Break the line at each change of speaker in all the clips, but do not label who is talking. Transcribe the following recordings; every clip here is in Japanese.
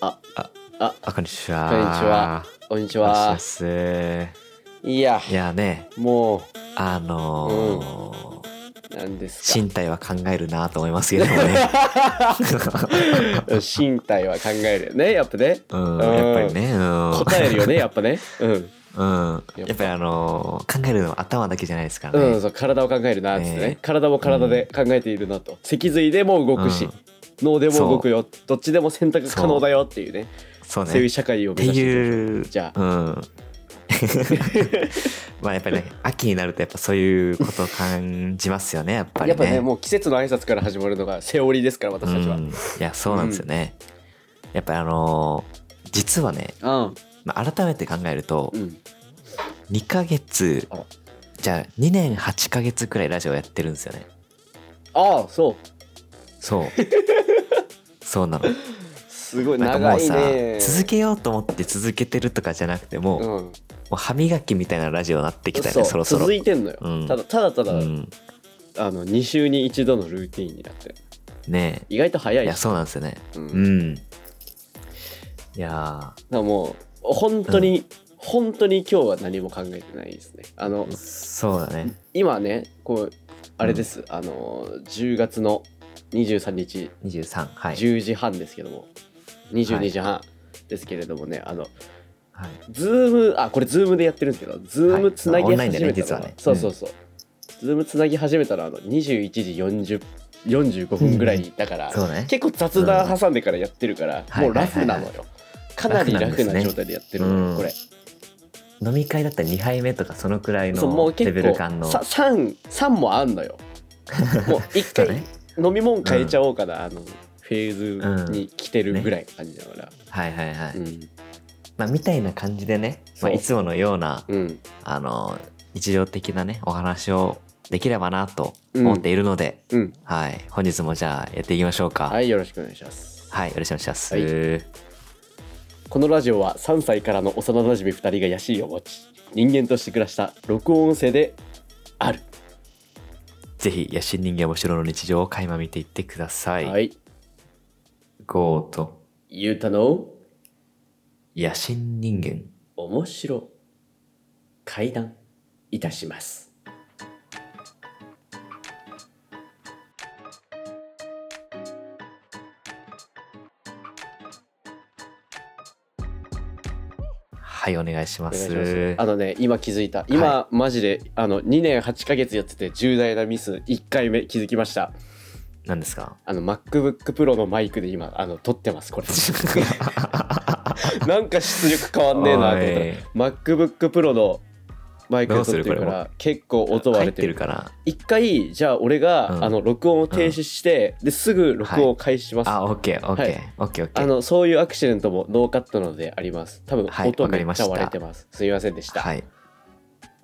あ、
あ、
あ、
あ、こんにちは。
こんにちは。こんにち
お願
はい
しま。す。
いや、
いやね、
も
あの
う、
ー
なんですか。
身体は考えるなと思いますけども ね。
身体は考えるよね、やっぱね。
うん、やっぱりね。うん、
答えるよね、やっぱね。うん。
うん、やっぱりあのー考えるのは頭だけじゃないですからね。
うん、そう、体を考えるな、っつって
ね
ね。体も体で考えているなと。脊髄でも動くし
うん、
脳でも動くよ。どっちでも選択可能だよっていうね。
そうね。
そういう社会を
っ
目
て
指していきましょう。
いう
じゃ
あうん まあやっぱりね秋になるとやっぱそういうことを感じますよねやっぱりね
やっぱねもう季節の挨拶から始まるのがセオリーですから私たちは
うんいやそうなんですよね、やっぱりあのー実はね、
う
まあ、改めて考えると
んうん
2ヶ月
あ
じゃあ2年8ヶ月くらいラジオやってるんですよね
ああそう
そう そうなの
すごい
なんかも
長
う
い
さ
ね
続けようと思って続けてるとかじゃなくても,、も
うん
う歯磨きみたいなラジオになってきたよ
そう
ねそろそろ
続いてんのよ
うん
ただただただ
うん、
あの2週に1度のルーティンになってる
ねえ
意外と早
い
い
や
し
そうなんですよね
う
うん
だか
んいや
らもう本当に本当に今日は何も考えてないですねあの
ーそうだね
今ねこうあれですあの10月の23日
23はい、
10時半ですけども22時半ですけれどもねあの
はい、
ズームあこれズームでやってるんですけどズームつなぎ
オンラインで
始
ね
めたのが、
実はね
そうそうそう、ズームつなぎ始めたのはあの21時40 45分ぐらいだから、
そうね
結構雑談挟んでからやってるから、
うん
もうラフなのよ、
はい
かなりラフ
ラフなん
な
ですね
状態でやってるのよ、
うん
これ
飲み会だったら2杯目とかそのくらい
そうも
の
う
レ
結
ベ
構
ル感の
3, 三三もあん のよもう一
そう
回、
ね
飲み物変えちゃおうかな、あのフェーズに来てる
うん
ぐらいの感じだから、
はいはいはい、
うん
まあみたいな感じでね、ま
そ
あ、
う
いつものような
うん
あの日常的なねお話をできればなと思っているので、
うん
はい本日もじゃあやっていきましょうか
は
はい、
いよろしくお願いします
よろしくお願いします、
はいこのラジオは3歳からの幼なじみ2人が野心を持ち人間として暮らした録音音声である
ぜひ野心人間面白の日常を垣間見ていってくださ、
はいい、
ゴーと
ゆうたの
野心人間
面白会談いたします
はいお願いしま
お願い
す
しますあのね今気づいた今、マジであの2年8ヶ月やってて重大なミス1回目気づきました
何ですか
あの MacBookPro のマイクで今あの撮ってます これなんか出力変わんねえなと思ったら MacBookPro のマイクで撮ってるか
どうするこれ
ら結構音割
入
れ
ってて
る
るかな
一回じゃあ俺が、
うん
あの録音を停止して、ですぐ録音を開始します、
あオッケーオッケ
は
ー
い
オッケーオッケ
あ
ー
のそういうアクシデントもノーカットなのであります多分
はい
音
わか
め
り
っ
ま
ち
した
ゃ割れてます、すいませんでした、
はい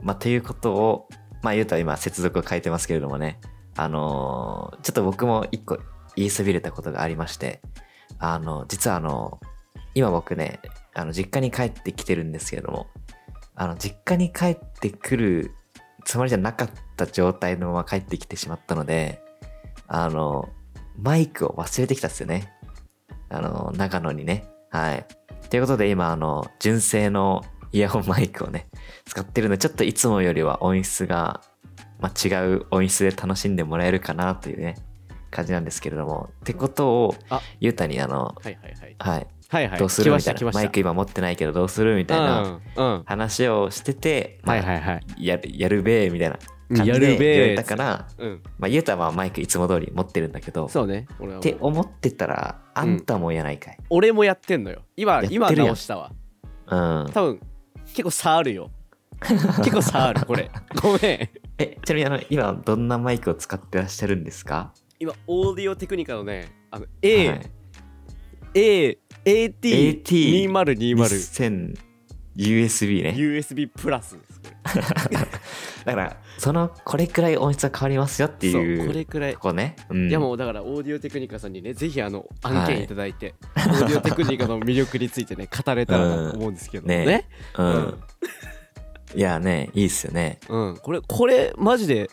まあということをまあ言うとは今接続を変えてますけれどもねあのーちょっと僕も一個言いそびれたことがありましてあの実はあの今僕ねあの実家に帰ってきてるんですけれどもあの実家に帰ってくるつもりじゃなかった状態のまま帰ってきてしまったのであのマイクを忘れてきたんですよねあの長野にねはいということで今あの純正のイヤホンマイクをね使ってるのでちょっといつもよりは音質が、まあ、違う音質で楽しんでもらえるかなというね感じなんですけれどもってことを
あ
ゆうたにあ
は
の
いはいはい
は
は
い、
いはい
どうす
来
る
ま
み
した
い
た来
な
ました
マイク今持ってないけどどうするみたいな
うんうん
話をしてて、まあ
はいはいはい
やるやるべえみたいな
うん
感じ
や
で
るべえ
言われたから、
うん
まあ、ゆうたはまあマイクいつも通り持ってるんだけどっ
そうね俺は
て思ってたらあんたもやないかい、
俺もやってんのよ今
ってるや
今
ん
直したわ
うん
多分結構差ある よ結構差あるこれごめん
えちなみにあの今どんなマイクを使ってらっしゃるんですか
今オーディオテクニカのねあの
はい AT
AAAT2020
2000 USB ね
USB プラスですこれ
だからそのこれくらい音質が変わりますよっていう
そうこれくらい
とこね、うん
いやもうだからオーディオテクニカさんにねぜひあの
はい
案件いただいて、オーディオテクニカの魅力についてね語れたらなと思うんですけどね,、
ね
うん、
うん
うん
いやねいいっすよね
これこれマジで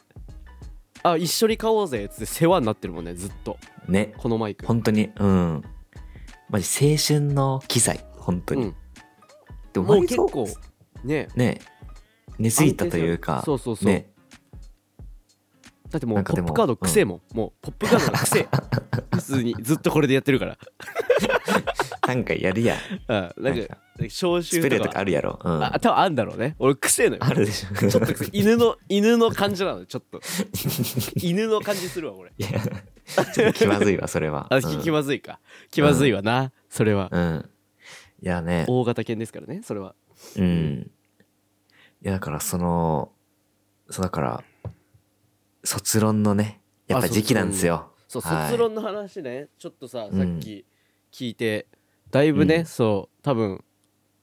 あ一緒に買おうぜっつって世話になってるもんねずっと
ね
このマイク
本当にうんマジ青春の機材本当に、
うん
でも
もう
割
結
と
構ね
ね根付いたというか
そうそうそう、
ね
だっても
な
うん
か
ポ
で
ッ
も
プカードくせえもん、もうポップカードがくせえ普通にずっとこれでやってるから
なんかやる やん
うんなんか消
ス
臭
プレー
と
と
か
かあるやろ、うん、
あ
あ
多分あんだろうね俺くせえのよ
るでしょ
ちょっとくせえ犬の犬の感じなのちょっ と犬の感じするわこれ
いやちょ っと気まずいわそれは
あ
う
き
ん
気まずいか気まずいわな、それは
うんいやね
大型犬ですからねそれは
うんいやだからそのそうだから卒論のねやっぱ時期なんですよ
そう
はい
卒論の話ねちょっとさ
うん
さっき聞いて、だいぶね、
うん
そう多分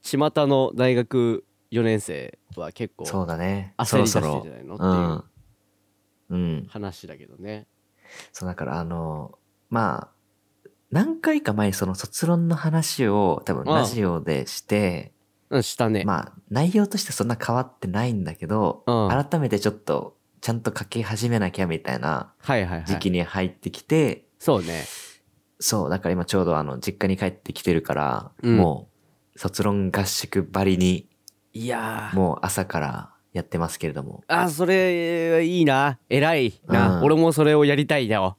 巷の大学4年生は結構
そうだね
焦
そ
り出して
ろそ
んじゃ
ろ
ないのって
うんうん
いう話だけどね
そうだからあのまあ何回か前にその卒論の話を多分
ああ
ラジオでして
うんしたね、
まあ内容としてそんな変わってないんだけど、
うん
改めてちょっとちゃんと書き始めなきゃみたいな
はいはいはい
時期に入ってきて、
そうね
そうだから今ちょうどあの実家に帰ってきてるから、
うん
もう卒論合宿ばりに
いやー
もう朝からやってますけれども
あそれはいいな偉いな、
うん
俺もそれをやりたい よ、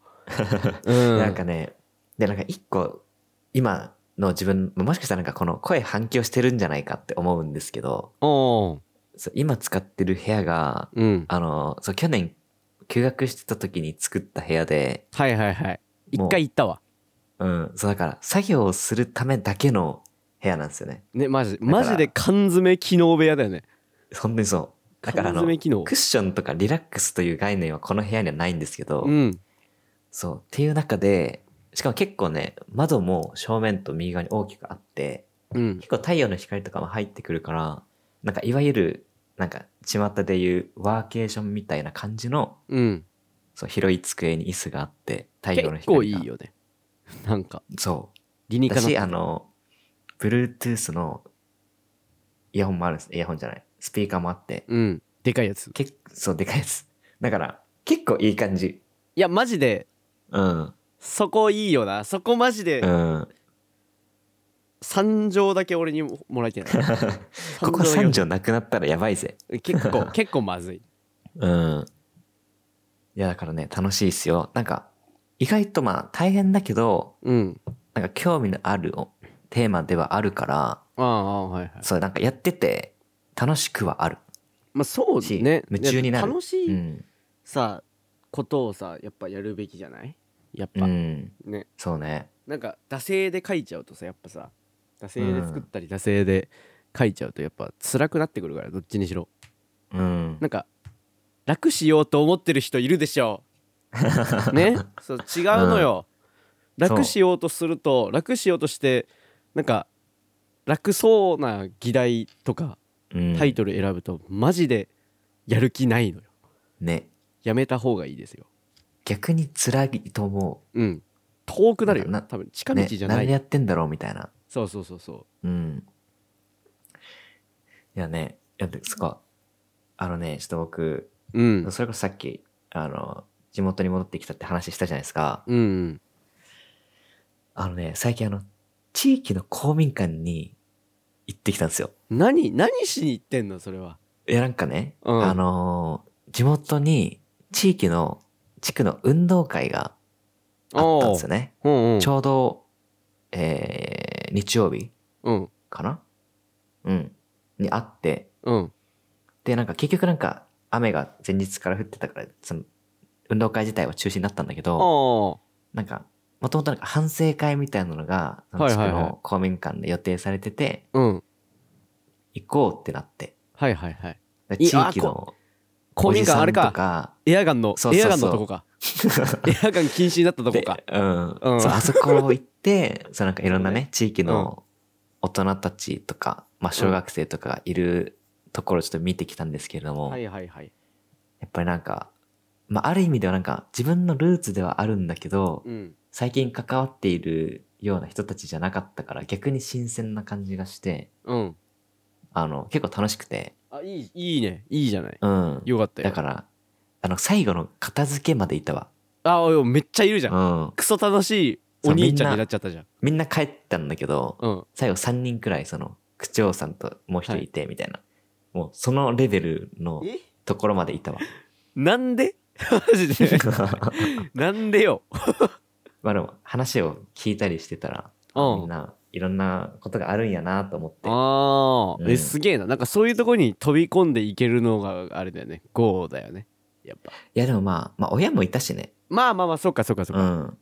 うん、
なんかね、で、なんか一個、今の自分、もしかしたらなんかこの声反響してるんじゃないかって思うんですけど、
おー
そう今使ってる部屋が、
うん
あの、そう、去年休学してた時に作った部屋で、
はいはいはい
もう
一回行ったわ
うん、そうだから作業をするためだけの部屋なんですよね。
ねマジ
ら
マジで缶詰機能部屋だよね
本当にそう。
缶
だからあの、
詰
ク
機能
ッションとかリラックスという概念はこの部屋にはないんですけど、
うん
そう、っていう中で、しかも結構ね、窓も正面と右側に大きくあって、
うん
結構太陽の光とかも入ってくるからなんかいわゆるなんか巷でいうワーケーションみたいな感じの
うん
そう広い机に椅子があって太陽の
結構
光が
いいよねなんか
そ
理
う
にか
だ
なって
しあの Bluetooth のイヤホンもあるんですイヤホンじゃないスピーカーもあって
うんでかいやつ
結そうでかいやつだから結構いい感じ
いやマジで
うん
そこいいよなそこマジで
うん
3畳だけ俺にももらえてない
ここ
三
3畳なくなったらやばいぜ
結構結構まずい
うん。いや、だからね、楽しいっすよ。なんか、意外とまあ大変だけど、
うん
なんか興味のあるおテーマではあるから、
ああはいはい
そう、なんかやってて楽しくはある。
まあそう
し
ね
夢中になる
楽し
う
い
ん。
さことをさやっぱやるべきじゃないやっ
う
ぱ
ん。
ね
そうね。
なんか惰性で書いちゃうとさやっぱさ惰性で作ったり惰性で書いちゃうとやっぱ辛くなってくるからどっちにしろ
うん
な。んか楽しようと思ってる人いるでし ょうねそう違うのよ、
そう
楽しようとすると楽しようとしてなんか楽そうな議題とか
うん
タイトル選ぶとマジでやる気ないのよ
ね。
やめた方がいいですよ
逆に辛いと思
うん遠くなるよ
なんかな
多分
う。
近道
ね。
じゃない、
何やってんだろうみたいな。
そうそうそうそう
うん。いやね、いやで、そこ、あのね、ちょっと僕、
うん
それこそさっき、あの、地元に戻ってきたって話したじゃないですか。
うんうん
あのね、最近あの、地域の公民館に行ってきたんですよ。
何何しに行ってんのそれはい
や、なんかね、
うん
あのー地元に、地域の、地区の運動会があったんですよね。
うんうん
ちょうど、えー、日曜日
うん
かなうん。にあって、
うん
で、なんか結局なんか、雨が前日から降ってたから、その、運動会自体は中止になったんだけど、
ああ
なんか、もともとなんか反省会みたいなのが、その
はい
地区
はいはい
の公民館で予定されてて、
うん
行こうってなって。
はいはいはい
で
い
地
あ
域の
公民館あれ
おじ
か
さんとか、
エアガンの
そうそうそう
エアガンのとこか エアガン禁止になったとこか
でうん
うん
そうあそこを行って、そうなんかいろんな ね、地域
う
の大人たちとか、まあ小学生とかがいるところをちょっと見てきたんですけれども、
は
や
いはいはい
っぱりなんか、まあある意味ではなんか自分のルーツではあるんだけど
う、ん
最近関わっているような人たちじゃなかったから逆に新鮮な感じがして、
うん
あの、結構楽しくて、
あいいいいねいいじゃない
うん。
よかった
だ
よ
から、あの、最後の片付けまでいたわ。
あおいめっちゃいるじゃん
うん。
クソ楽しい
そう
お兄ちゃん
み
になっ
んな
ちゃったじゃん。
みんな帰ったんだけど、
うん。
最後3人くらいその区長さんともう一人いてみたいな、もうそのレベルの
え
ところまでいた わ
なんで マジで。なんでよ。
まあでも話を聞いたりしてたら、
う
みん
ん。あ
ないろんなことがあるんやなと思っ
あ
て
ー、
う
え
ん
すげえな。なんかそういうとこに飛び込んでいけるのがあれだよね。GO だよね。やっぱ。
いやでもまあ、まあ、親もいたしね
まあまあまあ、そうかそうかそう
う
か。
ん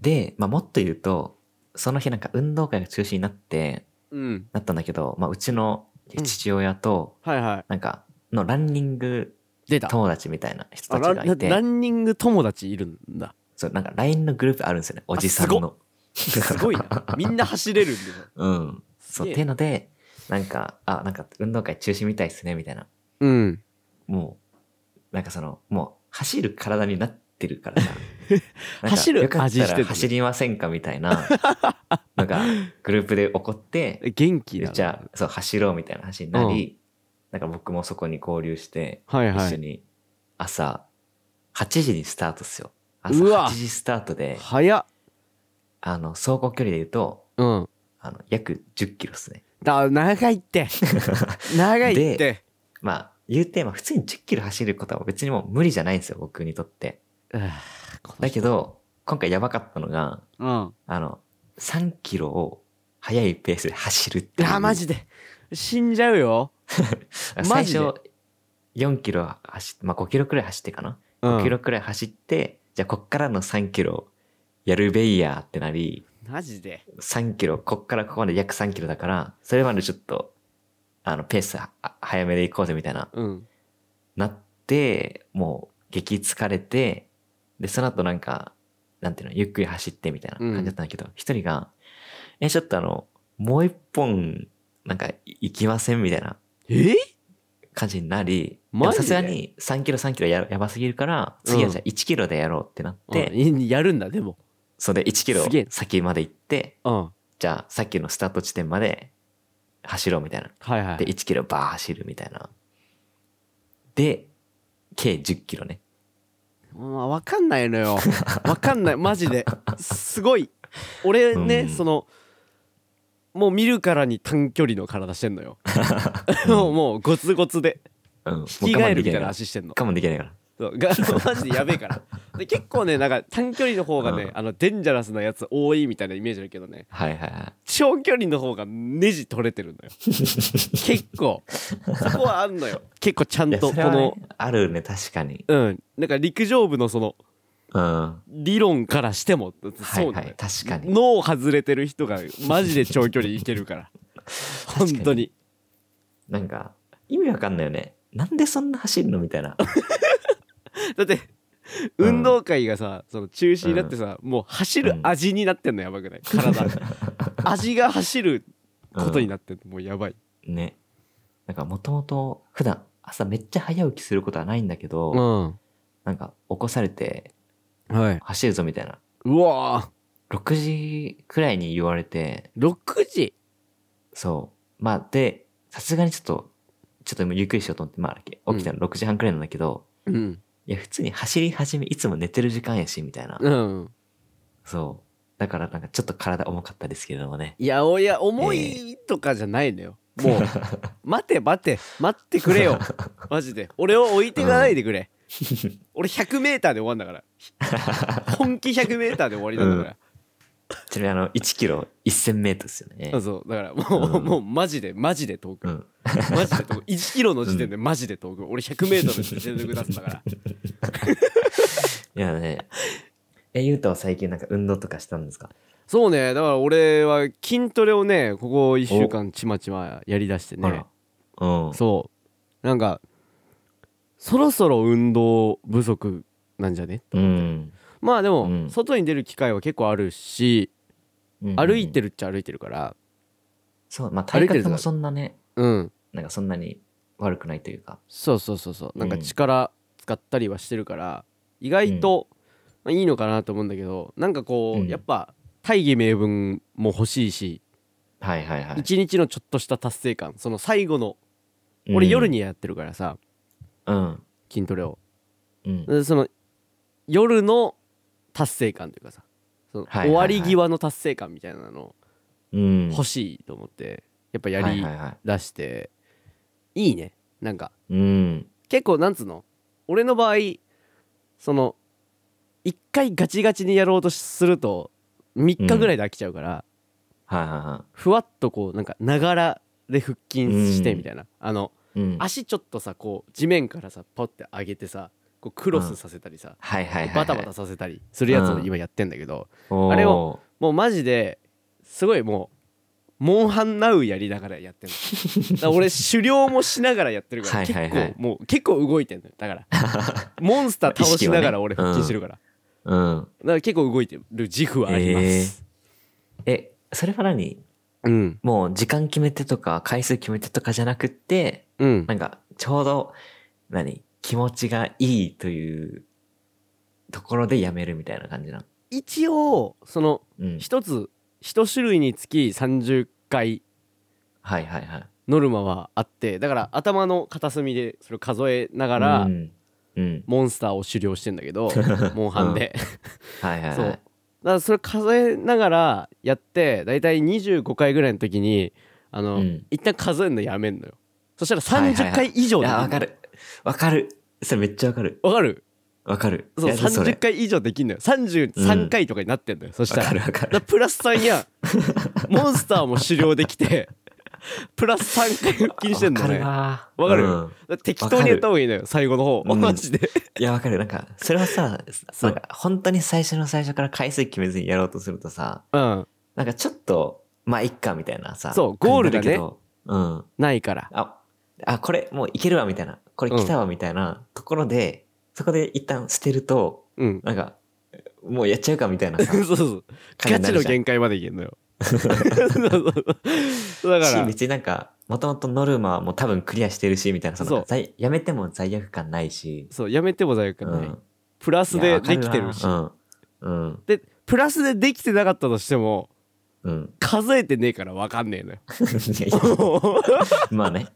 で、まあ、もっと言うとその日なんか運動会が中止になって
うん。
なったんだけど、まあ、うちの
うん
父親と
はいは
なんかのランニング
い。出た。
友達みたいな人
あ
たち
ラ
がい
ン
て
ランニング友達いるんだ。
そうなんか LINE のグループあるんですよねおじさんの
すごいな。 みんな走れるんだよ。
うん。
す
そう。
げえ
っていうので、なんか、あ、なんか運動会中止みたいですね、みたいな。
うん。
もう、なんかその、もう走る体になってるからさ。なんか
走る
よかっ
味したてる
ら走りませんかみたいな、 なんかグループで怒って、
え元気だな。
じゃあ、そう、走ろうみたいな話になり、なんか僕もそこに合流して、
はいは
一緒
い。
に朝、8時にスタートっすよ。朝
うわ
8時スタートで、
早っ。
あの、走行距離で言うと、
うん。
あの、約10キロっすね。
だ、長い って。長いって。
まあ、言うて、まあ、普通に10キロ走ることは別にもう無理じゃないんですよ、僕にとって。だけど、今回やばかったのが、
うん。あ
あの、3キロを速いペースで走るっていう。
ー、マジで。死んじゃうよ。マ
最
ジで
初、4キロ走って、まあ5キロくらい走ってかな。
うん
5キロくらい走って、じゃあこっからの3キロやるべいやってなり、
マジで。
3キロ、こっからここまで約3キロだから、それまでちょっと、あの、ペースはあ早めで行こうぜみたいな
うん。
なって、もう激疲れて、で、その後なんか、なんていうの、ゆっくり走ってみたいな感じだったんだけど、一、人が、え、ちょっとあの、もう一本、なんか、行きませんみたいな
え
感じになり、で
マ
も
ジで
さすがに3キロ3キロややばすぎるから、次はじゃあ1キロでやろうってなって、
うんやるんだ、でも。
それで1キロ
すげえ
先まで行って、
うん。は
じゃあさっきのスタート地点まで走ろうみたいな。
いは
で、
い。
1キロバー走るみたいな。で、計10キロね。
まあ、わかんないの よ。わかんない。マジで。すごい。俺ね、
うん
その、もう見るからに短距離の体してんの よ。もうもうゴツゴツで。
うん、引
引き返るみたいな足してんの。
我慢できないから。
そうがマジでやべえからで結構ねなんか短距離の方がね、
うん
あのデンジャラスなやつ多いみたいなイメージあるけどね
はいは いはい。
長距離の方がネジ取れてるのよ結構そこはあんのよ結構ちゃん
いや
とこ
それはね
の、
あるね、確かに。
うんなんか陸上部のその
うん。は
理論からしてもそ
いう
なの
は
よ
い、確かに。
脳外れてる人がマジで長距離いけるから
か
本
に
当に
なんか、意味わかんないよね。なんでそんな走るのみたいな。
だって
うん
運動会がさその中止になってさ、もう走る味になってんのやばくない体 味が走ることになってんのもうやばい
ね。なんか、もともと、普段、朝めっちゃ早起きすることはないんだけど、
ん
なんか、起こされて、
はい
走るぞみたいな。
うわ
6時くらいに言われて、
ー6時
そう。まあ、で、さすがにちょっと、ちょっとゆっくりしようと思って、まあ、起きたの6時半くらいなんだけど、
うん
いや、普通に走り始め、いつも寝てる時間やし、みたいな。
うん
そう。だからなんかちょっと体重かったですけれどもね。
いやおや重いとかじゃないのよ、 もう待て待て待ってくれ よマジで俺を置いてかないでくれ、俺 100m で終わんだから 本気 100m で終わりなんだから、
ちなみにあの、1キロ1000メートルですよね
あ。そうだからもう、
うん
もうマジでマジで遠く、
うん
マジで遠く1キロの時点でマジで遠く、俺 100m で全力出すんだから
いやね。え、ゆうたは最近なんか運動とかしたんですか
そうねだから俺は筋トレをねここ1週間ちまちまやりだして
あ
ね
ら。うん。
そうなんかそろそろ運動不足なんじゃね
うん。
まあでも、
うん
外に出る機会は結構あるし
うん。
歩いてるっちゃ歩いてるから
そう、まあ
歩いて
体
る
格もそんなね、
うん
なんかそんなに悪くないというか。
そうそうそうそうなんか
うん
力使ったりはしてるから意外と、まあいいのかなと思うんだけどなんかこう、
うん
やっぱ大義名分も欲しいし
はいはいはい。
一、日のちょっとした達成感その最後の俺
うん
夜。にやってるからさ、
うん。
筋トレを
うん。
でその夜の達成感というかさそその
はいはい
終
は
わ
い
り際の達成感みたいなの
うん
欲しいと思ってやっぱや
はい
り
はいは
出していいねなんか
いうん
結構なんつうの俺の場合その一回ガチガチにやろうとすると3日ぐらいで飽きちゃうから、
はいはいは
ふわっとこうなんかながらで腹筋してみたいな、あの
いうん
足ちょっとさこう地面からさパッて上げてさこうクロスさせたりさ、
はいはいはいはい
バタバタさせたりするやつを今やってんだけど、
おー
あれをもうマジですごいもうモンハンナウやりながらやってるだから俺狩猟もしながらやってるから
はいはいはい
結構もう結構動いてんのよだから モンスター倒しながら
意識は
俺
ね
腹筋してるから、
うん
だから結構動いてる自負はあります、
えそれは何
うん
もう時間決めてとか回数決めてとかじゃなくって
うん
なんかちょうど何気持ちがいいというところでやめるみたいな感じなの
一応その
うん
一つ一種類につき30回
はいはいはい
ノルマはあってだから頭の片隅でそれを数えながら、
うんうん
モンスターを狩猟してんだけ どモンハンで、
はいはい
そう
は
だ
い
からそれ数えながらやってだいたい25回ぐらいの時にあの、
うん
一旦数えるのやめんのよそしたら
はいはい
30
はい
回以上
い
できん
や
の
わかるわかるそれめっちゃわかる
わかる
わかる
そう
いやそれ
30回以上できんのよ33回とかになってんのよ、そしたら
わかるわか
だ
る
プラス3や モンスターも狩猟できてプラス3回腹筋してんの
わか
ね
るわ
わかる
うん
だ適当にやった方がいいのよ最後の方、
うん
マジ で
いやわかるなんかそれはさ
そ
な
うん
か本当に最初の最初から回数決めずにやろうとするとさ
うん
なんかちょっとまあいっかみたいなさ
そうゴールがね
感じになるけどうん
ないから
ああこれもういけるわみたいなこれ来たわみたいなところで、そこで一旦捨てると
うん
なんかもうやっちゃうかみたいなさ
そうそうガチの限界までいけんの よそうそうだ
だ
か
から別になんかもともとノルマも多分クリアしてるしみたいなその
そう
罪やめても罪悪感ないし、
そうやめても罪悪
う
感ない、
ん、
プラス
いや
で
わか
で
な
きてるし
うんうん
でプラスでできてなかったとしても
うん
数えてねえから分かんねえのよ
いやいや
そう
まあね、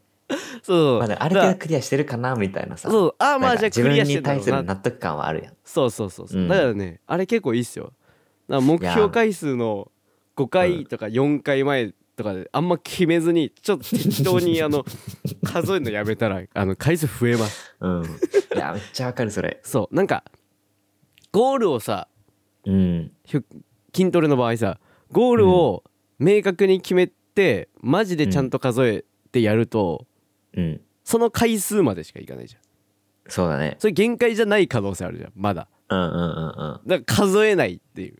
そう、
まあね、ある程
だ
度クリアしてるかなみたいなさ
そうああま
な
あ
んか
じゃあクリアしてん
自分
だ
に対
ろ
す
う
る
な
納得感はあるやん
そうそうそうそう、
うん
だからねあれ結構いいっすよだから目標回数の5回とか4回前とかであんま決めずにちょっと適当にあ の数えるのやめたらあの回数増えます
うん いやめっちゃわかるそれ
そうなんかゴールをさ
うん
筋トレの場合さゴールを明確に決めてマジでちゃんと数えてやると、
うん
その回数までしかいかないじゃん
そうだね
それ限界じゃない可能性あるじゃんまだ
うんうんうんうん
だから数えないっていう。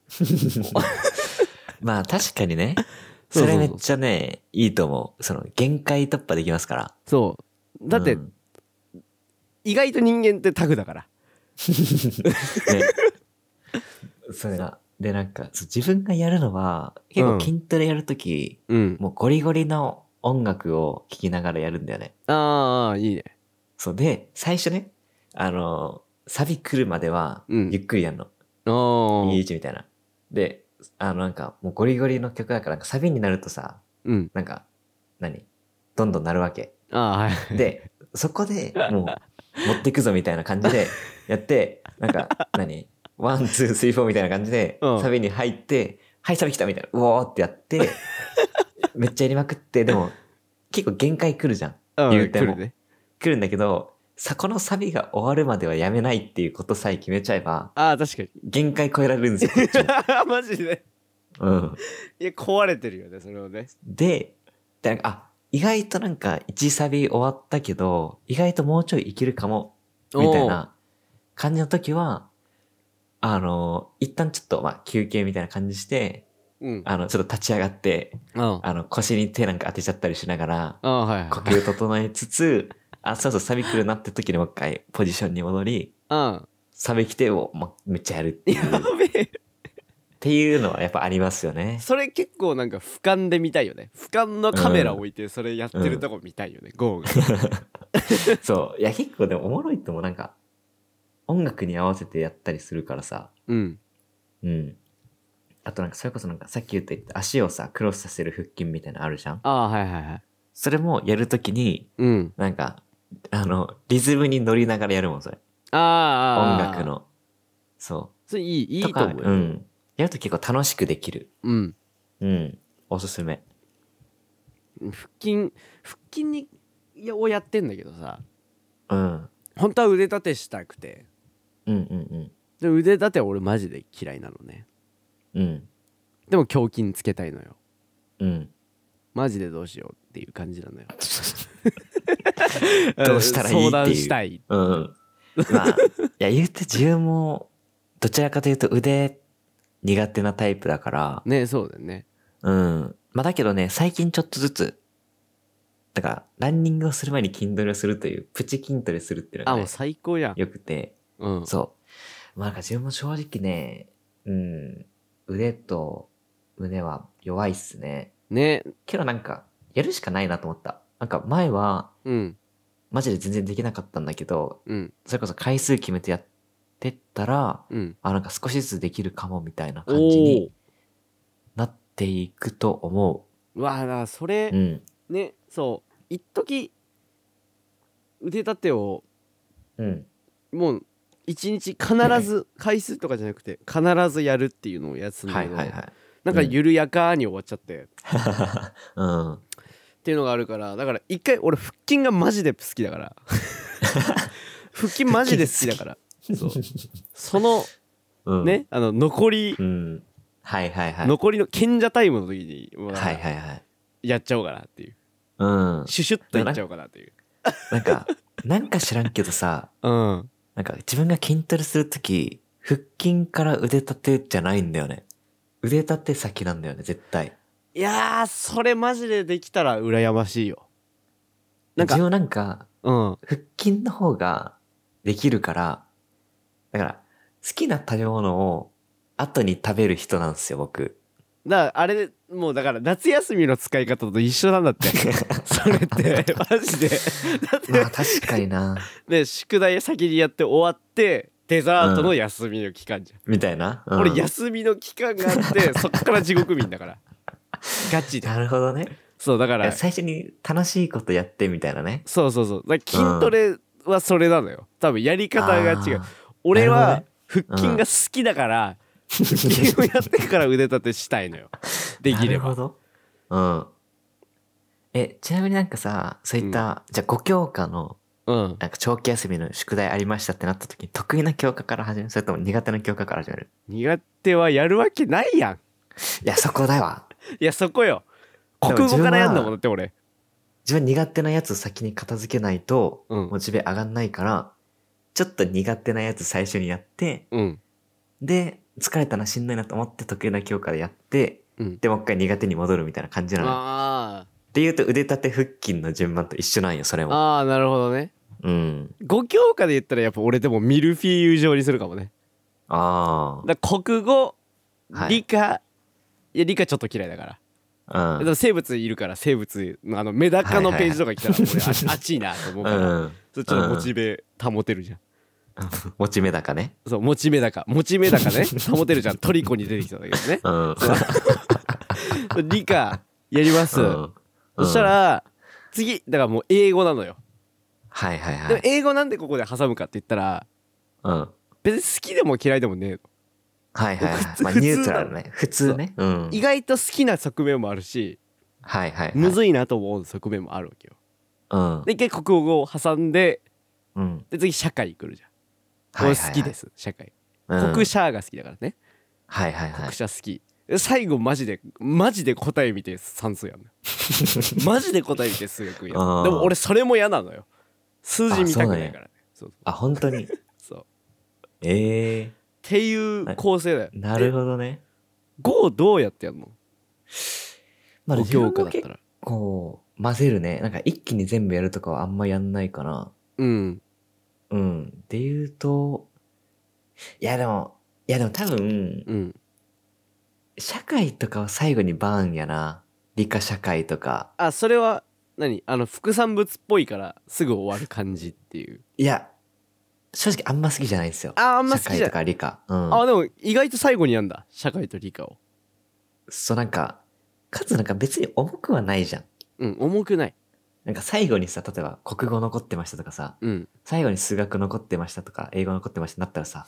まあ確かにね
そうそ
そ
うそう
れめっちゃね、いいと思う。その限界突破できますから。
そうだ って
うん
意外と人間ってタフだから
ねそれが。で、なんか、そう自分がやるのは、結
うん
構筋トレやるとき、
うん
もうゴリゴリの音楽を聴きながらやるんだよね。
ああいいね
そうで、最初ね、あの、サビ来るまでは、
うん
ゆっくりやるの。
ああ
いい位置みたいな。で、あの、なんか、もうゴリゴリの曲だから、なんかサビになるとさ、
うん
なんか、何どんどんなるわけ。
ああはい
で、そこでもう持ってくぞみたいな感じでやって、なんか、何ワン、ツー、スリー、フォーみたいな感じで、
うん
サビに入って、はい、サビ来たみたいな、うおーってやって、めっちゃやりまくって、でも、結構限界来るじゃん。
う
言
ん
うて
来
も
るね
来るんだけど、さ、このサビが終わるまではやめないっていうことさえ決めちゃえば、
ああ確かに
限界超えられるんですよこっ ちも。
マジで
うん。
いや壊れてるよねそれをね
で、でなんかあ、意外となんか1サビ終わったけど、意外ともうちょいいけるかも、みたいな感じの時は、あの、一旦ちょっと、まあ、休憩みたいな感じして、
うんあ
あの、ちょっと立ち上がって、
あ
あの、腰に手なんか当てちゃったりしながら、
ああはいはい
呼吸整えつつ、あ、そうそう、サビ来るなって時にもう一回ポジションに戻り、
あ
サビ来てを、ま、めっちゃやるっていう、っ
あべえ
ていうのはやっぱありますよね。
それ結構なんか俯瞰で見たいよね俯瞰のカメラ置いてそれやってるとこ見たいよね、ゴーが
そう。いや、結構でもおもろいともなんか、音楽に合わせてやったりするからさ、
うん
うん。あとなんか、それこそなんか、さっき言った言った足をさ、クロスさせる腹筋みたいなのあるじゃん
ああはいはいはい
それもやるときに、
うん
なんか、あの、リズムに乗りながらやるもん、それ。
ああああ
音楽の。そ。
それいいいうい
と
と
か、
思うよ、
うん。やると結構楽しくできる。
うん
うん。おすすめ。
腹筋腹筋にをやってんだけどさ
うん。
本当は腕立てしたくて
うんうん
で腕立ては俺マジで嫌いなのね
うん。うん。
でも胸筋つけたいのよ
うん。
マジでどうしようっていう感じなのよ
どうしたらいいっていうん
相談したい
うん。 まあ、いや、言うて自分も、どちらかというと腕苦手なタイプだから、
ねそうだよね
うん。まあだけどね、最近ちょっとずつ、だから、ランニングをする前に筋トレをするという、プチ筋トレするっていうの
あ
が、
も
ね
う、最高やん
よくて、
うん
そう。まあなんか自分も正直ね、うん、腕と胸は弱いっすね。
ね
けどなんか、やるしかないなと思った。なんか前は、
うん
マジで全然できなかったんだけど、
うん
それこそ回数決めてやってったら、
うん
あ、なんか少しずつできるかもみたいな
お
感じ
ー
になっていくと思
うわあだからそれ、
う。うん。
ねそう一時腕立てを
うん。
もう一日必ず回数とかじゃなくて必ずやるっていうのをやつんだ
は
け
い
ど、
はいはい。
なんか緩やかに終わっちゃって、っ
うん。
ていうのがあるからだから一回俺腹筋がマジで好きだから 腹筋マジで好きだからそうその
うん。
ね、あの残り、
うん。はいはいはい。
残りの賢者タイムの時に、まあ
はいはいはい。
やっちゃおうかなっていう
うん。
シュシュッといっちゃおうかなっていう
なんか、なんか知らんけどさ、
うん
なんか自分が筋トレするとき、腹筋から腕立てじゃないんだよね。腕立て先なんだよね、絶対。
いやーそれマジでできたら羨ましいよなんか
自分はなんか、
うん
腹筋の方ができるから、だから、好きな食べ物を後に食べる人なんですよ、僕。
だからあれもうだから夏休みの使い方と一緒なんだって それってマジでだって
まあ確かにな、
ね宿題先にやって終わってデザートの休みの期間じゃん、
みたいな。うん
俺休みの期間があ ってそっから地獄民だからガチで
なるほどね。
そうだから
最初に楽しいことやってみたいなね。
そうそうそうだから筋トレはそれなのよ多分やり方が違う
あー。
俺
な
は
る
腹筋が好きだから、 腹筋をやってから腕立てしたいのよできれば
なるほど。うん。え、ちなみになんかさ、そういった、じゃあ5教科の、
うん
なんか長期休みの宿題ありましたってなった時に得意な教科から始めるそれとも苦手な教科から始める
苦手はやるわけないやん
いや、そこだわ。
いやそこよ
でも
国語からやんだもん
自分は
だって俺
自分苦手なやつ先に片付けないと、
うん
モチベ上がんないから、ちょっと苦手なやつ最初にやって、
うん
で、疲れたなしんどいなと思って得意な教科でやって、
うん
で、もう一回苦手に戻るみたいな感じなの。
あ
で言うと腕立て腹筋の順番と一緒なんよ、それ
ー
も。
あーなるほどね
うん。
5教科で言ったらやっぱ俺でもミルフィーユ状にするかもね
あ
だから国語
はい
理科、い、や理科ちょっと嫌いだから
あ。う
で
ん。
も生物いるから生物のあのメダカのページとか来たら俺ああっちいなと思う
う
から、
ん。
それちょっとモチベ保てるじゃん、
モチベ高ね。
そうモチメダカモチメダカ ね保てるじゃんトリコに出てきたんだけどね
うん。
理科やります、
うん
そした、
うん
ら次だからもう英語なのよ、
はいはい
で
は
も
い。
英語なんでここで挟むかって言ったら
うん。はい
別に好きでも嫌いでもねえの
はい
普
は
通
い。まあ、ニュートラルね。普通ね。うん。
意外と好きな側面もあるし
はいはいはい。
むずいなと思う側面もあるわけよ
うん。
で一回国語を挟んで
うん。
で次社会来るじゃん、
はいはいは
俺
い
好きで。す社会
うん
国社が好きだからね
はいはいはい
国。 社好きで最後マジでマジで答え見て算数やんのマジで答え見て数学やん
あ
の
ー
でも俺それも嫌なのよ数字見たくないからねそう
あ、本当に。
そうっ
ええ
ていう構成だよ、
なるほどね。
五どうやってやんの
ま
五教科だっ
結
たら
構混ぜるね。なんか一気に全部やるとかはあんまやんないかな。
うん
うん。で言うと、いやでも、いやでも多分、
うん
社会とかは最後にバーンやな。理科社会とか。
あそれは何あの副産物っぽいからすぐ終わる感じっていう
いや、正直あんま好きじゃないんですよ。
ああんま好きじ
社会
ゃな
と
い
か理科。うん。
あでも意外と最後にやんだ社会と理科を
そうなんか、かつなんか別に重くはないじゃん。
うん重くない
なんか最後にさ、例えば国語残ってましたとかさ、
うん
最後に数学残ってましたとか、英語残ってましたになったらさ、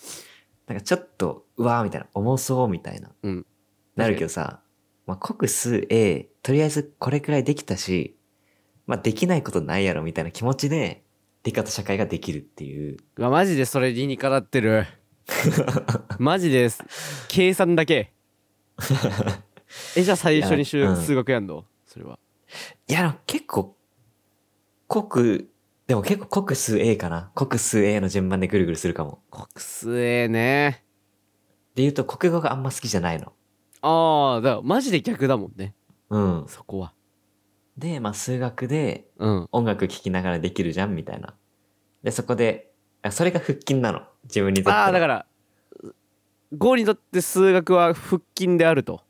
なんかちょっと、うわーみたいな、重そうみたいな、
うん
なるけどさ、まあ、国数 A、とりあえずこれくらいできたし、まあ、できないことないやろみたいな気持ちで、理科と社会ができるっていう。
うわマジでそれ理にかなって るマジです計算だけえじゃあ最初に しゅ
いやうん
数学やんのそれはい
や、結構、国、でも結構国数 A かな。国数 A の順番でぐるぐるするかも。
国数 A ね
で言うと国語があんま好きじゃないの。
ああだからマジで逆だもんね
うん。
そこは
で、まあ数学で
うん
音楽聴きながらできるじゃんみたいな。で、そこで、あそれが腹筋なの。自分にとっては。
ああだからゴーにとって数学は腹筋であると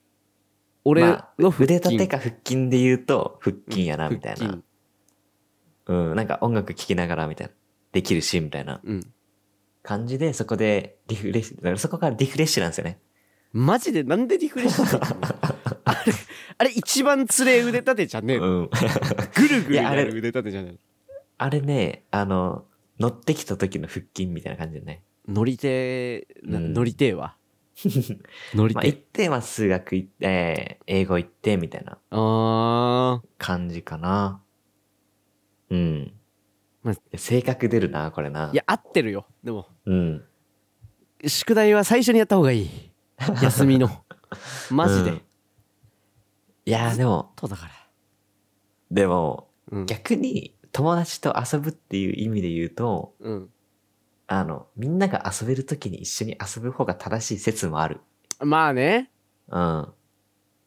俺
まあ
の腹筋、
腕立てか腹筋で言うと腹筋やなみたい
腹
な
筋。
うん。なんか音楽聴きながらみたいな。できるし、みたいな
うん
感じで、そこでリフレッシュ、だからそこからリフレッシュなんですよね。
マジでなんでリフレッシュした のあれあれ一番つれえ腕立てじゃねえの
うん。
ぐるぐる
いや
や
あれ
る腕立てじゃねえの
あれね、あの、乗ってきた時の腹筋みたいな感じでね。
乗りてえな
うん
乗りてえ わ乗り
まあ、
て
一
え
点は数学行って、えー英語行って、みたいな
あー
感じかな。うん。
まあ
性格出るな、これな。
いや合ってるよでも
うん。
宿題は最初にやった方が いい休みのマジで、
うんいや、でも、
そうだから
でも、
うん、
逆に友達と遊ぶっていう意味で言うと、
うん、
あの、みんなが遊べる時に一緒に遊ぶ方が正しい説もある。
まあね
うん。
だか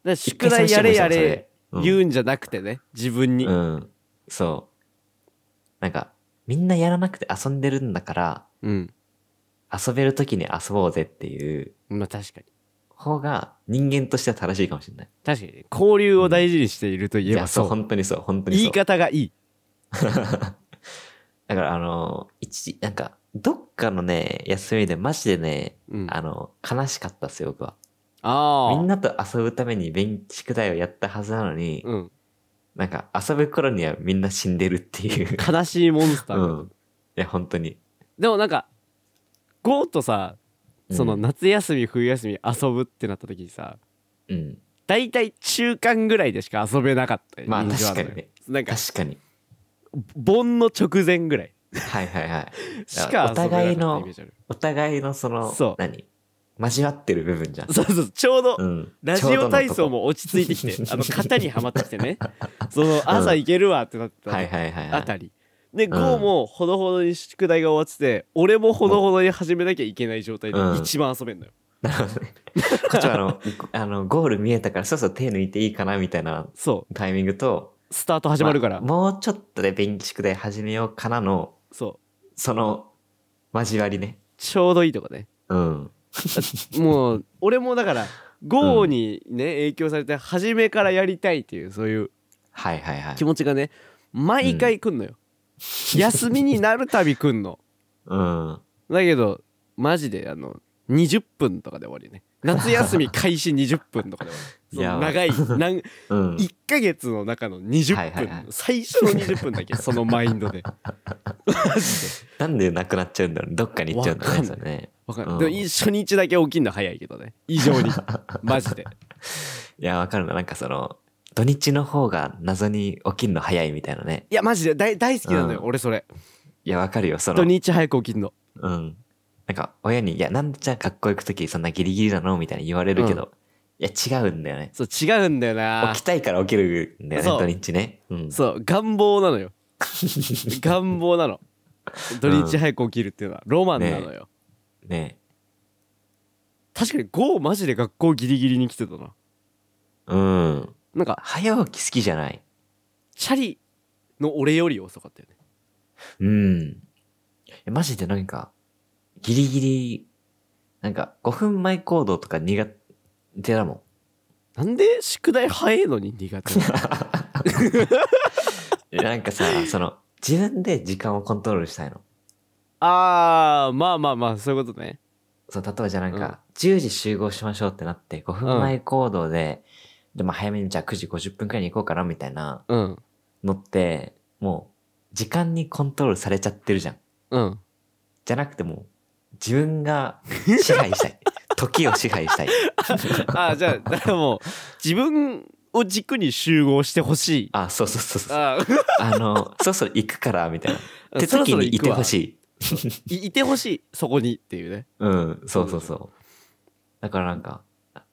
ら宿題やれやれ言
う
うんじゃなくてね自分に、
ん。うん。そう。なんか、みんなやらなくて遊んでるんだから、
うん
遊べる時に遊ぼうぜっていう
まあ確かに
方が人間としては正しいかもしれない。
確かに交流を大事にしているといえ
い
ば
や、
そ,、
そうう、本当にそう、本当にそう。
言い方がいい
だから、あの、一時、なんか、どっかのね、休みでマジでね、
うん
あの、悲しかったっすよ、僕は。
あ
み
あ
んなと遊ぶために勉宿題をやったはずなのに、
うん、
なんか遊ぶ頃にはみんな死んでるっていう。
悲しいモンスター
う
が、
ん。いや、本当に。
でもなんかゴーとさその
うん
夏休み冬休み遊ぶってなった時にさ
うん。
大体中間ぐらいでしか遊べなかった
まあ
印象るのよ
確かにね
なんか
確かに。
盆の直前ぐらい
はいはいはい。
しか
お
遊べなかった
互
イ
いの
メージある
お互いのその、
そう
何交わってる部分じゃん。
そうそうそうちょうど、
うん。
ラ
ちょ
ジ
うど
オ
の
体
とこ
操。も落ち着いてきてあの型にはまってきてねその朝行けるわってなった
はいはいはい、は
あ
い。
たりでゴーもほどほどに宿題が終わってて俺もほどほどに始めなきゃいけない状態で
うん
一番遊べんのよ、
こっちはあの、あの、ゴール見えたからそろそろ手抜いていいかなみたいな
そう
タイミングと、
スタート始まるから、
まもうちょっとで勉宿題始めようかなの、
そう
その、交わりね。
ちょうどいいとこね
うん。
もう俺もだから GO にね影響されて初めからやりたいっていうそういう
はいはいはい
気。持ちがね毎回来んのよ、休みになるたび来んの
うん。
だけどマジであの20分とかで終わりね夏休み開始20分とかで終 わ
やば
りその長いなん
うん。
1ヶ月の中の20分、
はいはいはい
最初の20分だ けそのマインドでマジで
なんでなくなっちゃうんだろうどっかに行っちゃうんだ
わか
ね。
んな
そ
い
れね
わかんない、
うん
でもい初日だけ起きんの早いけどね異常 にマジで
いや、わかるな。なんかその、土日の方が謎に起きるの早いみたいなね。
いやマジで大大好きなのよ、
うん
俺それ
いや、わかるよ。そ
土
の、
日早く起きんの
うん。なんか、親に、いや、なんでじゃあ学校行くときそんなギリギリなのみたいに言われるけど、いや、違うんだよね。
そう違うんだよな
起きたいから起きるんだよね、
そう
土日ね。 うん。
そう願望なのよ願望なの土日早く起きるっていうのはロマンなのよ、
ね
確かにゴーマジで学校ギリギリに来てたな
うん。
なんか
早起き好きじゃない。
チャリの俺より遅かったよね
うん。いやマジでなんか、ギリギリ、なんか5分前行動とか苦手だもん。
なんで宿題早いのに苦手 なの
いやなん かさ、その、自分で時間をコントロールしたいの。
あーまあまあまあそういうことね
そう、例えばじゃあなん
うん
か、10時集合しましょうってなって、5分前行動で、でも早めにじゃあ9時50分くらいに行こうかなみたいな
うん
のって、 もう、時間にコントロールされちゃってるじゃん。
うん
じゃなくてもう、自分が支配し たい。時を支配したい。
ああじゃあだからもう自分を軸に集合してほしい
あ、そうそうそうそう。
あ
あの、そろそろ行くから、みたいな。
あ
手続きにいてほ
い
しい。
いいてほしいそこにっていうね
うん、そうそうそう。だからなんか、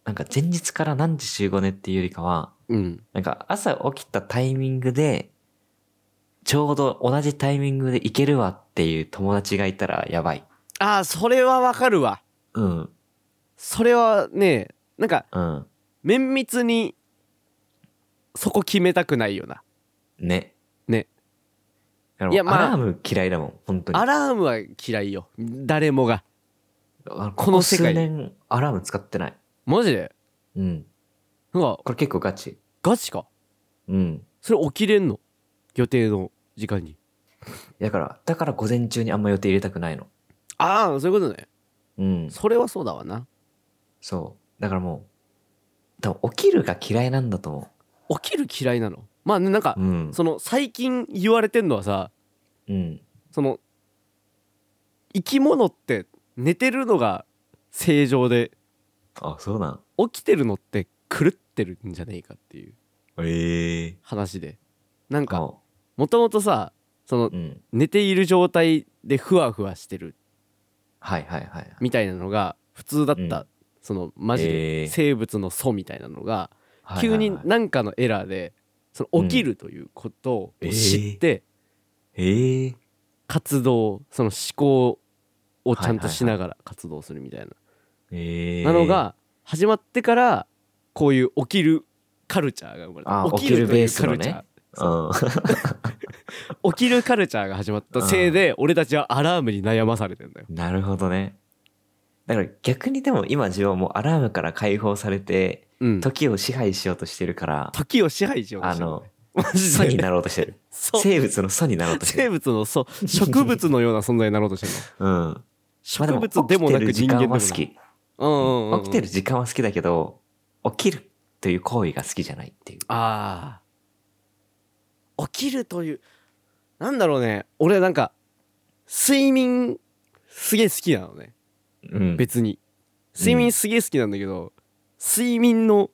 なんか前日から何時集合ねっていうよりかは、
うん
なんか朝起きたタイミングで、ちょうど同じタイミングで行けるわっていう友達がいたらやばい。
ああそれはわかるわ
うん、
それはねなんか
うん。
綿密にそこ決めたくないよな
ね。
ね。い
い
や
や、
まあ
アラーム嫌いだもん、本当に。
アラームは嫌いよ誰もが
あの
この世界
ここ数年、アラーム使ってない。
マジで
うん。
うわ
これ結構ガチ。
ガチか
うん。
それ起きれんの予定の時間に
だから、だから午前中にあんま予定入れたくないの。
ああそういうことね
うん。
それはそうだわな
そう。だからもう、多分起きるが嫌いなんだと思
起きる嫌いなのまあねなんか
う。うん。
その最近言われてんのはさ
うん。
その生き物って寝てるのが正常で
あ、そうなん。
起きてるのって狂ってるんじゃねえかっていう
ええ
話でなんか
か、
もともとさその
うん。
寝ている状態でふわふわしてる
はいはいはい。
みたいなのが普通だっ
う
たそのマジ
へ
で
ー
生物の祖みたいなのが
はい
急に
はいはい
何かのエラーでその起きるということを知って
ええ
活動その思考をちゃんとしながら活動するみたいな
ええ
なの、が始まってからこういう起きるカルチャーが生ま
あ
れた
起きる
という
ベースのね
カルチャー
うん。
起きるカルチャーが始まったせいで俺たちはアラームに悩まされてんだよ
なるほどね。だから逆にでも今自分はもうアラームから解放されて、
うん
時を支配しようとしてるから、
時を支配しようと
あ
してるんだよ
の、
マジ
素
で
になろうとしてる。
そう
生物の素になろうとして
生
る。
物のそう植物のような存在になろうとしてるの
うん。 まあ
植物でもなく人間でも
も
な
起きてる時
う
間
んうんうん
は好き。起きてる時間は好きだけど、起きるという行為が好きじゃないっていう。
ああ起きるというなんだろうね俺なんか睡眠すげえ好きなのね
うん。
別に睡眠すげえ好きなんだけど、睡眠の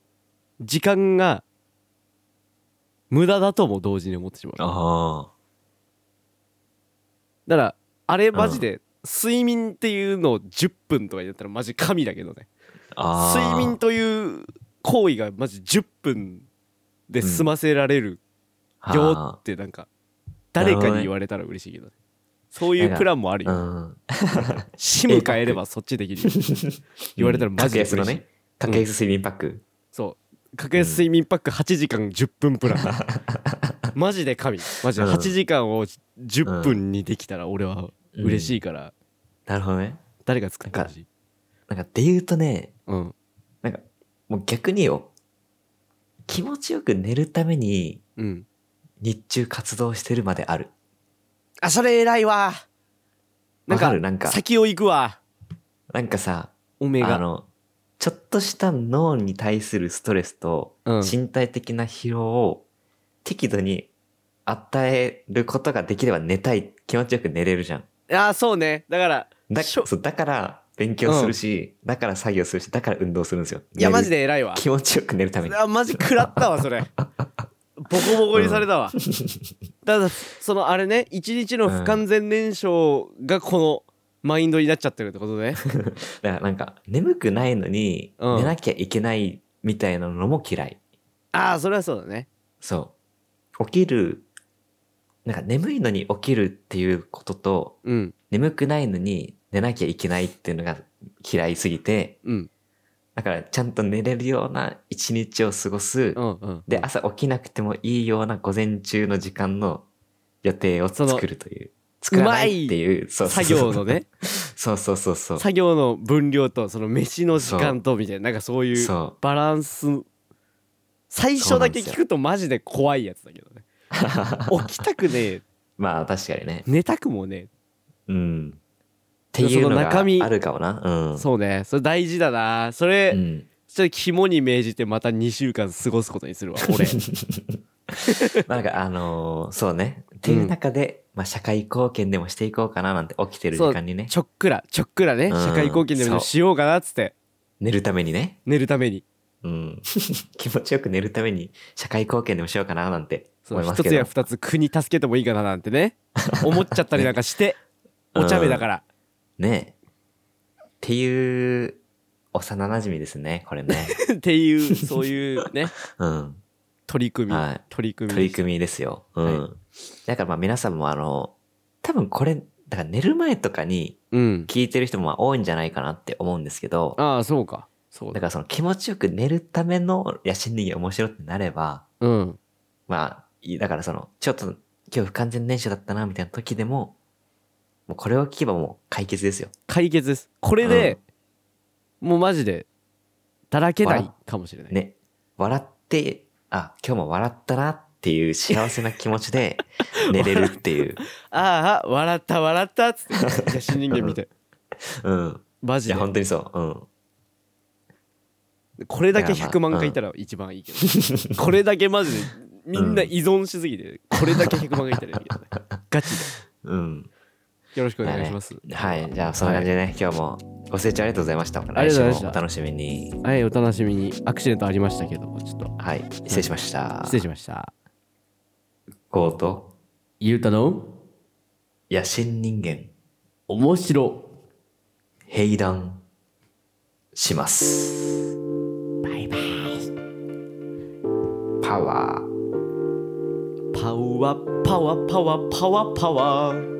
時間が無駄だとも同時に思ってしまう
あ
だからあれマジで睡眠っていうのを10分とかになったらマジ神だけどね
あ。ああ。
睡眠という行為がマジ10分で済ませられるよってなんか誰かに言われたら嬉しいけどねそういうプランもある
う
よ
ん。
シム変えればそっちできるよ 言われたらマジで嬉しい
格安のね。格安睡眠パック。
そう格安睡眠パック8時間10分プランマジで神マジで
うん
8時間を10分にできたら俺は嬉しいから
なるほどね。
誰が作ってほしい
なんかで言うとね、
うん
なんか、もう逆によ、気持ちよく寝るために
うん
日中活動してるまである。
あそれ偉いわな
わ
んか
かるなんか、
先を行くわ
なんかさ、
おめ
あ
が
の、ちょっとした脳に対するストレスと
うん
身体的な疲労を適度に与えることができれば寝たい、気持ちよく寝れるじゃん。
ああそうねだから
だ
しょ
そうだから勉強するし、だから作業するし、だから運動するんですよ。
いや
寝る
マジで偉いわ
気持ちよく寝るために。
あマジ食らった わそれボコボコにされたわ、ただそのあれね一日の不完全燃焼がこのマインドになっちゃってるってこと ね
だからなんか眠くないのに
うん
寝なきゃいけないみたいなのも嫌い、
ああそれはそうだね
そう起きるなんか眠いのに起きるっていうことと
うん
眠くないのに寝なきゃいけないっていうのが嫌いすぎて
うん
だからちゃんと寝れるような一日を過ごす、
うんうん
で朝起きなくてもいいような午前中の時間の予定を作るという作らないっていうそうそう
作
そ
業
う
のね
そうそうそうそう
作業の分量とその飯の時間とみたいななんかそういう
そう
バランス最初だけ聞くとマジで怖いやつだけど ね起きたくねえ
まあ確かにね
寝たくもね
うん。っていうの
その
が
中身
あるかもな。う
え
ん。
そうねそれ大事だなそれ、
うん。
それ肝に銘じてまた2週間過 ごすことにするわ俺
なんかあのーそうね。っていう中で、まあ、社会貢献でもしていこうかななんて起きてる時間にね
ちょっくらちょっくらね
うん
社会貢献で
そ
も
う
しようかなっつって
寝るためにね、
寝るために
うん、 気持ちよく寝るために社会貢献でもしようかななんて
そう
思いま
一
すけ
つや
ど
二つ国助けてもいいかななんて ね思っちゃったりなんかしてお茶目だから
ねえっていう幼馴染ですねこれ ね
っていうそういう ね
うん
取り組み
はい
取り組み
取り組みですようん、だからまあ皆さんもあの多分これだから寝る前とかに
うん
聞いてる人もまあ多いんじゃないかなって思うんですけど
ああそうかそう
だか
だ
らその気持ちよく寝るための野心人間面白ってなれば
うん
まあいだからそのちょっと今日不完全燃焼だったなみたいな時でももうこれを聞けばもう解決ですよ
解決ですこれでもうマジでだらけないかもしれない
ね、笑って、あ、今日も笑ったなっていう幸せな気持 ちで寝れるっていう。
ああ笑った笑ったっつって野心人間み たい
うん。
マジ
いや、
で
本当にそう。うん。
これだけ
だ
100
からまあ
万回いたら一番いいけど、これだけマジでみんな依存しすぎて、これだけ100万回いたらいいけどねガチで
うん。
よろしくお願いします、
はい。じゃあ、そんな感じでね、今日もご清聴ありがとうございました。
ありがとう
来
ご
週
ざいま
も
した
お楽しみに。
はい、お楽しみにアクシデントありましたけどもちょっと
はい。失礼しました。
失礼しました
ゴート、
ゆうたの
野心人間、
面白
閉談します。バイバイ。パワー。
パワーパワーパワーパワーパワー